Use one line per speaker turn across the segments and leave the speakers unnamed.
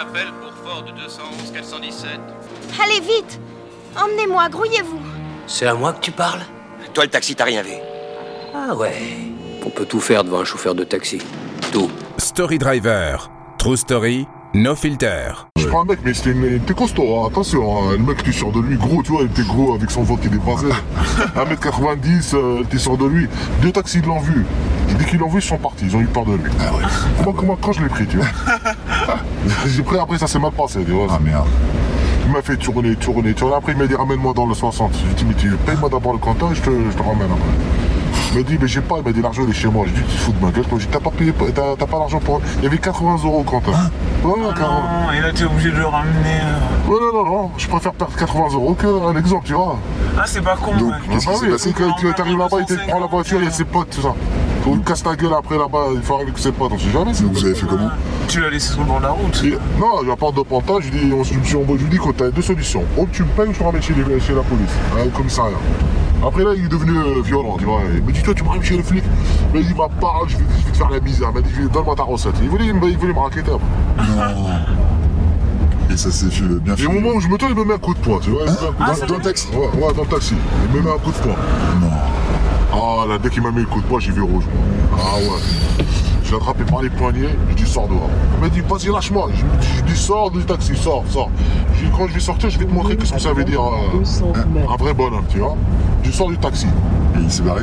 appel pour Ford 211 417.
Allez vite Emmenez-moi, grouillez-vous
C'est à moi que tu parles
Toi, le taxi, t'as rien vu.
Ah ouais. On peut tout faire devant un chauffeur de taxi. Tout.
Story Driver, True Story, No Filter.
Je prends un mec, mais c'était mais il était costaud, hein, attention, hein, le mec, tu sors de lui gros, tu vois, il était gros avec son ventre qui dépassait. 1m90, euh, tu sors de lui. Deux taxis l'ont vu. Dès qu'ils l'ont vu, ils sont partis, ils ont eu peur de lui.
Ah ouais.
Moi, comment, quand je l'ai pris, tu vois J'ai pris après, ça s'est mal passé, tu vois.
Ah merde.
Il m'a fait tourner, tourner, tourner. Après, il m'a dit ramène-moi dans le 60. Je lui ai dit, mais tu paye-moi d'abord le compteur et je te, je te ramène après. Il m'a dit, mais j'ai pas, il m'a dit l'argent il est chez moi. J'ai dit, tu te fous de ma gueule. J'ai dit, t'as pas payé, t'as t'as pas l'argent pour. Il y avait 80 euros au compteur.
Hein
Ouais, ouais, 40.
Non, et là t'es obligé de le ramener. euh.
Ouais, non, non, non, je préfère perdre 80 euros qu'un exemple, tu vois.
Ah c'est pas con.
Donc, ah
ouais.
qu'est-ce qui s'est passé
Quand
que- que
on
T'arrives là-bas, il te prend la
250,
voiture, il y a
euh,
ses potes, tout ça. Faut lui casser la gueule après là-bas, il faut arriver que ses potes, on sait jamais. c'est-
Donc vous avez fait comment
Ah, Tu l'as laissé sur le bord de la route.
Et- non, j'ai pas de pantalon, je lui dis, on, se- je, lui dis qu'on a deux solutions. Ou tu me payes ou je te ramène chez, les- chez la police, Hein, à un commissariat. Après là, il est devenu euh, violent, tu vois. Il m'a dit, toi, tu me ramènes chez le flic. Mais il m'a parlé, je vais, je vais te faire la misère. Il m'a dit, je vais- donne-moi ta recette. Il voulait, il me- il voulait me raqueter. après.
Non. Et ça s'est fait euh, bien
Et au
fini.
moment où je me tourne, il me met un coup de poing, tu vois. Il me met un coup de-
Ah,
dans,
ça
dans le
va
taxi. Ouais, ouais, dans le taxi. Il me met un coup de poing.
Non.
Ah là, dès qu'il m'a mis le coup de poing, j'ai vu rouge, moi. Ah ouais. Je l'ai attrapé par les poignets, je dis sors dehors. Il m'a dit, vas-y, lâche-moi. Je, lui dis- je lui dis, sors du taxi, sors, sors. Je lui dis, quand je vais sortir, je vais te montrer qu'est-ce que ça veut dire euh, un vrai bonhomme, tu vois. Je lui sors du taxi.
Et il s'est barré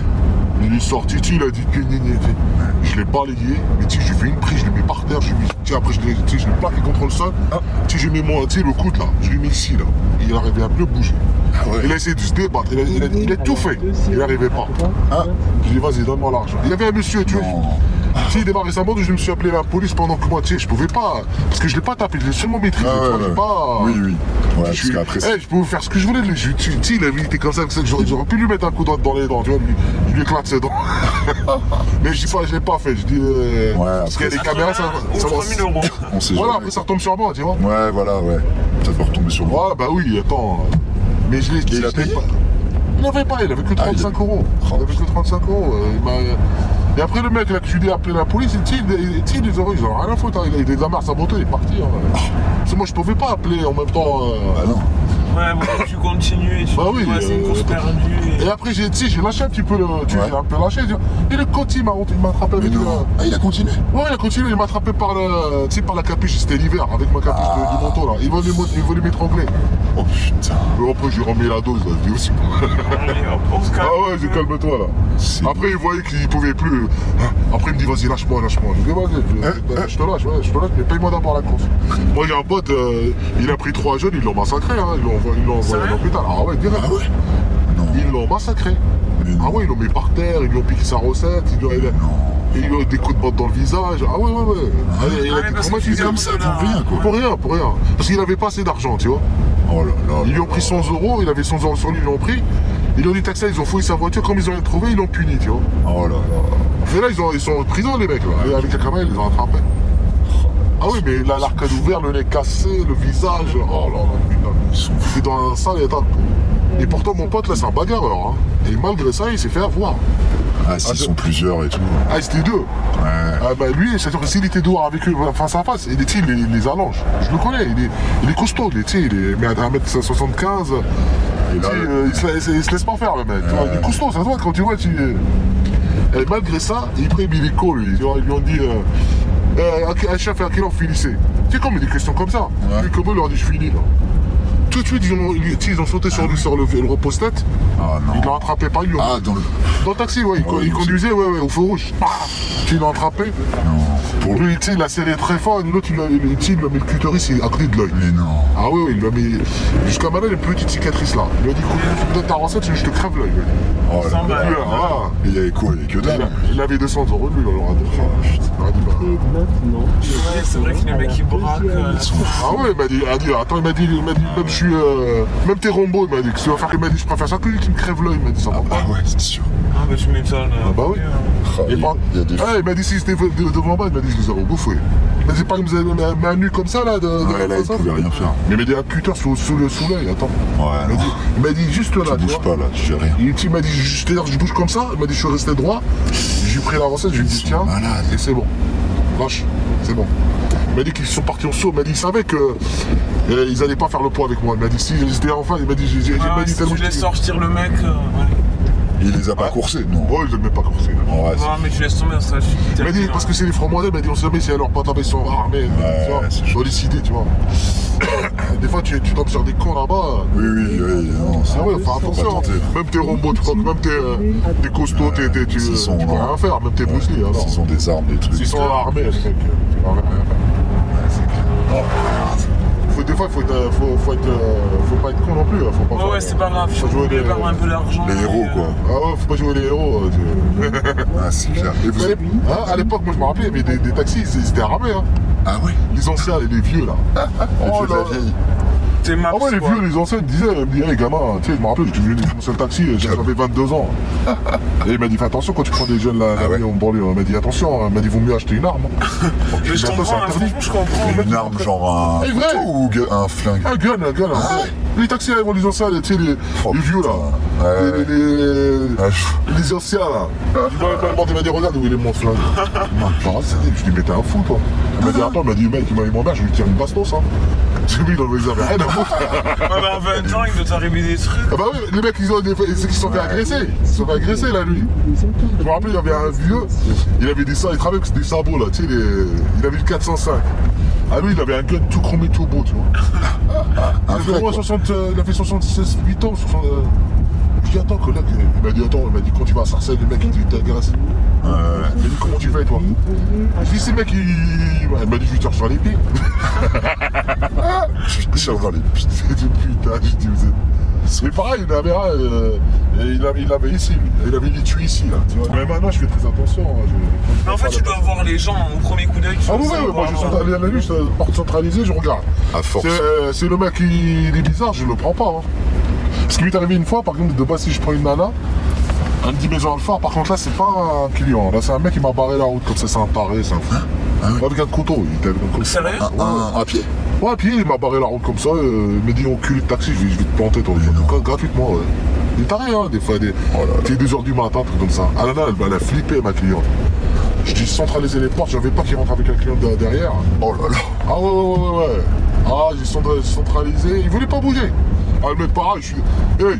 Il est sorti, tu sais, il a dit que gna, gna, gna. Je l'ai balayé, mais tu sais, j'ai fait une prise, je l'ai mis par terre, je l'ai mis, tu sais, après je l'ai, tu sais, je l'ai plaqué contre le sol.
Ah.
Tu sais, j'ai mis mon, tu sais, le coude là, je l'ai mis ici là. Il n'arrivait à plus bouger.
Ah ouais.
Il a essayé de se débattre, il a, il a- il a tout fait, il n'arrivait pas.
Ah.
Je lui ai dit, vas-y, donne-moi l'argent. Il y avait un monsieur, tu vois.
Non.
Tu sais, il démarrait sa bande, je me suis appelé à la police pendant que moi, tu sais, je pouvais pas, parce que je l'ai pas tapé, je l'ai seulement maîtrisé,
Ah
tu vois,
ouais,
j'ai
ouais.
pas...
Oui, oui. Ouais,
Je
parce
suis-
qu'après,
Eh, je pouvais faire ce que je voulais de lui. Je- Tu tu sais, il avait été comme ça, comme ça, que j'aurais j'aurais pu lui mettre un coup de droite dans les dents, tu vois, lui, je lui éclate ses dents. Mais je dis pas, je l'ai pas fait. Je dis, euh,
Ouais,
parce qu'il y a
après,
Ah,
des caméras, ça,
Ou
ça va-
3000 euros.
on sait
Voilà,
jamais.
après ça retombe sur moi, tu vois.
Ouais, voilà, ouais. Ça peut retomber sur moi.
Ouais, bah oui, attends. Mais je l'ai
il a
je l'ai
payé
pas- Il n'avait pas, il avait que
Ah, il a-
35 euros. Il avait que 35 euros. euh, il m'a- Et après, le mec, là, que je lui ai appelé la police, il dit, il dit, les heureux, ils en ont rien à foutre. hein. Il a il les a marre de saboter, il est parti. hein. Parce que moi, je pouvais pas appeler en même temps. euh,
Ah non.
Ouais, bon, tu continues et tu
Bah oui,
ouais, c'est une
euh,
course perdue.
Et après, j'ai tu sais, j'ai lâché un petit peu le. Tu sais,
Ouais.
j'ai un peu lâché. tu vois. Et le côté, il m'a il m'a attrapé
Mais
avec
non.
le.
Ah, il a continué
Ouais, euh, il a continué, il m'a attrapé par, le, tu sais, par la capuche, c'était l'hiver, avec ma capuche de- du manteau là. Il voulait, m'en- il voulait m'étrangler.
Ah. Oh putain.
Mais après, j'ai remis la dose, là, je dis oh, aussi. Ah ouais, j'ai calme-toi
C'est-
là. Après, il voyait qu'il pouvait plus. hein. Après, il me dit, vas-y, lâche-moi, lâche-moi. Je lui dis, vas-y,
Hein,
je- je, je te lâche, ouais, je te lâche, mais paye-moi d'abord la course. Moi, j'ai un pote, euh, il a pris trois jeunes, ils l'ont massacré, hein, ils l'ont envoyé ils l'ont envoyé à
Sérieux
l'hôpital. Ah ouais, direct.
Ah ouais Non.
Ils l'ont massacré.
Mais non.
Ah ouais, ils l'ont mis par terre, ils lui ont piqué sa recette, ils lui ont, ils lui ont des coups de botte dans le visage. Ah ouais, ouais, ouais. Ah, il
Ah
a
ouais,
été
parce que
traumatisé
tu
comme
dis
ça.
comme ça,
Pour
là.
rien, quoi. Pour rien, pour rien. Parce qu'il n'avait pas assez d'argent, tu vois.
Oh là là.
Ils lui ont pris 100 euros, il avait 100 euros sur lui, ils l'ont pris. Ils ont dit taxé, ils ont fouillé sa voiture, comme ils ont rien trouvé, ils l'ont puni, tu vois.
Oh là là.
Mais là, ils, ont- ils sont en prison, les mecs, là. Et avec la caméra, ils les ont attrapés. Ah oui, mais là, l'arcade ouverte, le nez cassé, le visage. Oh là là, putain.
Ils sont fous.
C'est dans un sale état. Et pourtant, mon pote, là, c'est un bagarreur. hein. Et malgré ça, il s'est fait avoir.
Ah, s'ils
je-
sont plusieurs et tout.
Ah, c'était deux.
Ouais.
Ah bah lui, c'est-à-dire que s'il était dehors avec eux face à face, il, est, il, les- il les allonge. Je le connais, il est, il est costaud, il est, tu sais, il est mais à 1m75.
Et
tu
là,
sais, euh, il, se, la- il se- il se laisse pas faire le mec. tu vois, il est costaud, ça se voit quand tu vois. Tu... euh, Et malgré ça, il prend Milico lui. Tu vois, ils lui ont dit euh, Euh, à que- à chef, à quelle heure vous finissez Tu sais, comme des questions comme ça.
Ouais.
Lui, comment il leur dit je finis là Tout de suite, ils ont, ils- tu sais, ils ont sauté sur lui sur le, le repose-tête.
Ah non.
Ils l'ont attrapé par lui.
Ah, dans le.
Dans le taxi, ouais, il, co-
Ouais,
il
donc
conduisait ouais, ouais, au feu rouge. Bah Tu l'as attrapé
Pour lui.
lui, tu sais, il a serré très fort, et l'autre, il a, il- tu sais, il lui a mis le clitoris il- à côté de l'œil.
Mais non.
Ah oui, oui, il lui a mis. Jusqu'à maintenant, il a une petite cicatrice là. Il lui a dit, écoute, tu me donnes ta recette, sinon je te crève l'œil.
Oh là
Sans
là.
blague.
Lui, ah,
Et Il y avait quoi Il y avait que
il,
dalle. Ah,
a- il avait 200 euros, lui, il en aura deux. Il aura dit, bah,
Ouais, c'est vrai que les mecs ils braquent. euh,
Ah ouais, il m'a dit, il a dit, attends, il m'a dit, il m'a dit, même je suis. euh, même t'es Rombo, il m'a dit, que tu vas faire Il m'a dit, je préfère ça que lui qui me crève l'œil, il m'a dit, ça va pas.
Ah ouais, c'est sûr.
Ah bah tu m'étonnes.
Ah bah oui.
Ah,
Et
Il
par-
il y a des.
Ah, il m'a dit si c'était de- de- devant moi, il m'a dit je les aurais bouffés. Il m'a dit pas que vous avez ma, ma nu comme ça là de, de-
Ouais, là,
comme
il
ça.
pouvait rien faire.
Mais il m'a dit un cutter sous, sous le sous l'œil, attends.
Ouais,
Il m'a
non.
dit, il m'a dit juste là.
Tu
Ah, tu
bouges
vois.
pas là, tu fais rien.
Il il m'a dit juste c'est-à-dire que je bouge comme ça, il m'a dit je suis resté droit, j'ai pris la recette, je lui ai dit
sont
tiens,
malades.
et c'est bon. Lâche, c'est bon. Il m'a dit qu'ils sont partis en saut. Il m'a dit qu'ils savaient que euh, ils allaient pas faire le poids avec moi. Il m'a dit si j'étais enfin, il m'a dit j'ai j'ai- il m'a
Ah,
dit
si
tellement
tu laisses sortir le mec, euh, ouais. Ah.
Il les a pas coursés, non
Oh, ils n'aiment pas courser.
Ouais, c'est-
Non, mais tu laisses tomber, ça, je suis hein.
Il m'a dit parce que c'est les francs-maçons, il m'a dit on sait jamais si alors pas ils sont armés. euh, tu vois,
c'est
sollicités, tu vois. Des fois, tu, tu tombes sur des cons là-bas.
Oui, oui, Ah, oui, non, c'est
Ah ouais, faut
faut pas
attention.
tenter.
Même tes robots de croque, même tes, euh, tes costauds, t'es, t'es- tu,
S'ils sont
tu peux
là.
rien faire, même tes Bruce Lee. Alors.
S'ils sont des armes, des trucs.
hein. S'ils sont armés, les mecs, euh, tu peux rien faire. hein. Faut, des fois, faut être, euh, faut, faut être, euh, faut pas être con non plus. hein, Faut pas
Ouais,
faire-
ouais, c'est pas grave.
Faut
Je
jouer
voulais
les,
perdre un peu d'argent.
Les héros,
et, euh,
quoi.
Ah ouais, faut pas jouer les héros. euh, tu-
Ah, c'est clair. Et vous
Vous savez, hein, à l'époque, moi je me rappelais, mais des, des taxis, ils ils étaient armés. Hein.
Ah oui
Les anciens, les, les vieux là.
Les
Oh
vieux de
là.
la vieille.
T'es maps,
Ah ouais, les
quoi.
vieux, les anciens, ils disaient, ils me disaient, hey, gamin, tu sais, je me rappelle, j'ai venu dans mon seul taxi, euh, j'avais 22 ans. Et il m'a dit, fais attention quand tu prends des jeunes là,
Ah ouais.
en banlieue. hein. Il m'a dit, attention, il m'a dit, vaut mieux acheter une arme.
Mais je
Bientôt,
comprends, hein,
c'est interdit.
franchement, je comprends.
Une arme, genre un.
Eh, vrai
couteau ou gue- un flingue
Un gun, un gun, un vrai. Les taxis, ils vont les anciens, les- tu sais, les,
Oh,
les vieux là.
putain. Ouais,
les, les- les-
Ah, je-
les anciens là. Il m'a demandé, il m'a dit, regarde où il est mon flingue. Il m'a dit, bah, c'est dit, je lui dis, mais t'es un fou toi. Il m'a dit, attends, il m'a dit, mec, il m'a dit, mon mère, je lui tire une bastos. Hein. J'ai mis dans le réserve, rien à foutre.
Ouais, bah, en 20 ans, il doit t'arriver des trucs.
Ah bah oui, les mecs, ils ont des... c'est qu'ils se sont fait agresser. Ils se sont fait agresser la nuit. Je me rappelle, il y avait un vieux, il avait des sabots, il travaillait avec des sabots là, tu sais, les- il avait le 405. Ah lui, il avait un gun tout chromé, tout beau, tu vois. Il, avait au moins 60, euh, il a fait 76, 8 ans, 60, euh, Je dis, attends, collègue, il m'a dit, attends, il m'a dit, quand tu vas à Sarcelles, les mecs, ils t'agressent. Il m'a dit, comment tu fais, toi Je dis, ces mecs, ils... Il m'a dit, je lui tire sur les pieds.
Je tire dans les pieds.
C'est du putain, je dis, vous êtes. Mais pareil, il avait, euh, il avait, il avait ici, lui. il avait les tués ici, là. Tu vois. Mais maintenant, je fais très attention. hein, je-
Mais en fait, tu dois voir les gens au premier coup d'œil. tu
Ah
dois
oui, oui,
savoir,
moi je suis
hein.
allé à la nuit, c'est la porte centralisée, je regarde.
À force.
C'est euh, c'est le mec qui il est bizarre, je le prends pas. Hein. Ce qui m'est arrivé une fois, par contre, de base, si je prends une nana, elle me dit maison Alpha, par contre là, c'est pas un client. Là, c'est un mec qui m'a barré la route, comme ça, c'est un taré, c'est un fou.
Ah,
Avec un couteau, il était avec un couteau.
Sérieux
Un, un, un ah, pied
Ouais, puis il m'a barré la route comme ça, euh, il m'a dit enculé de taxi, je vais, je vais te planter toi. Gra- Gratuitement, ouais. Il est taré, hein, des fois, des...
Ah, Oh là là.
c'est 2h du matin, un truc comme ça. Ah là là, elle, elle a flippé ma cliente. Je dis centraliser les portes, je savais pas qu'il rentre avec un client de- derrière.
Oh là là
Ah ouais, ouais, ouais, ouais. Ah, j'ai centra- centralisé, il voulait pas bouger. Ah, le mec, pareil, je suis, hey, je-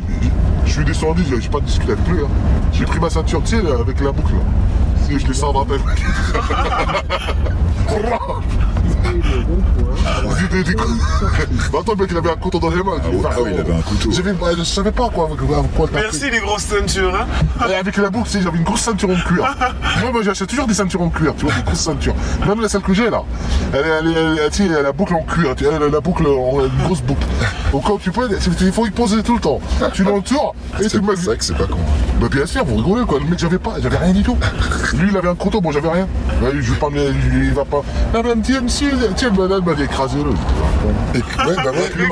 je suis descendu, j'ai j'ai pas discuté avec lui. hein. J'ai pris ma ceinture, tu sais, là, avec la boucle. là. Et je descends à 20 C'était des coups. Bah, Attends, le mec, il avait un couteau dans les mains.
Ah ouais, ah oui, il avait un couteau.
J'avais- bah, je savais pas quoi, avec, avec quoi le taper.
Merci les grosses ceintures. Hein.
Et avec la boucle, tu sais, j'avais une grosse ceinture en cuir. moi, moi j'achète toujours des ceintures en cuir, tu vois, des grosses ceintures. Même la celle que j'ai là, elle, elle, elle, elle, tu sais, elle a la boucle en cuir, tu- elle a la boucle, en, une grosse boucle. Au cas où tu peux, c'est- il faut y poser tout le temps. Tu l'entoures et tu
C'est
me
c'est vrai que c'est pas con.
Bah bien sûr, vous rigolez quoi, le mec j'avais pas, j'avais rien du tout. Lui il avait un couteau, moi j'avais rien. Bah, je lui parle, il va pas. Là, même dit, monsieur, tiens, bah, là, il m'a écrasé le.
Et, ouais, bah euh, ouais,
Écrasez-le.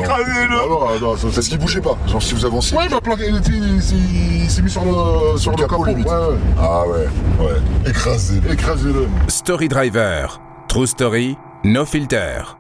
Ah non, ah non, ça,
Parce qu'il bougeait pas. Genre, si vous avanciez.
Ouais, il m'a planqué, il, était- il s'est- il s'est mis sur le, sur le capot.
limite.
ouais, ouais.
Ah ouais, ouais. Écrasé.
Écrasé le.
Story Driver. True Story, no filter.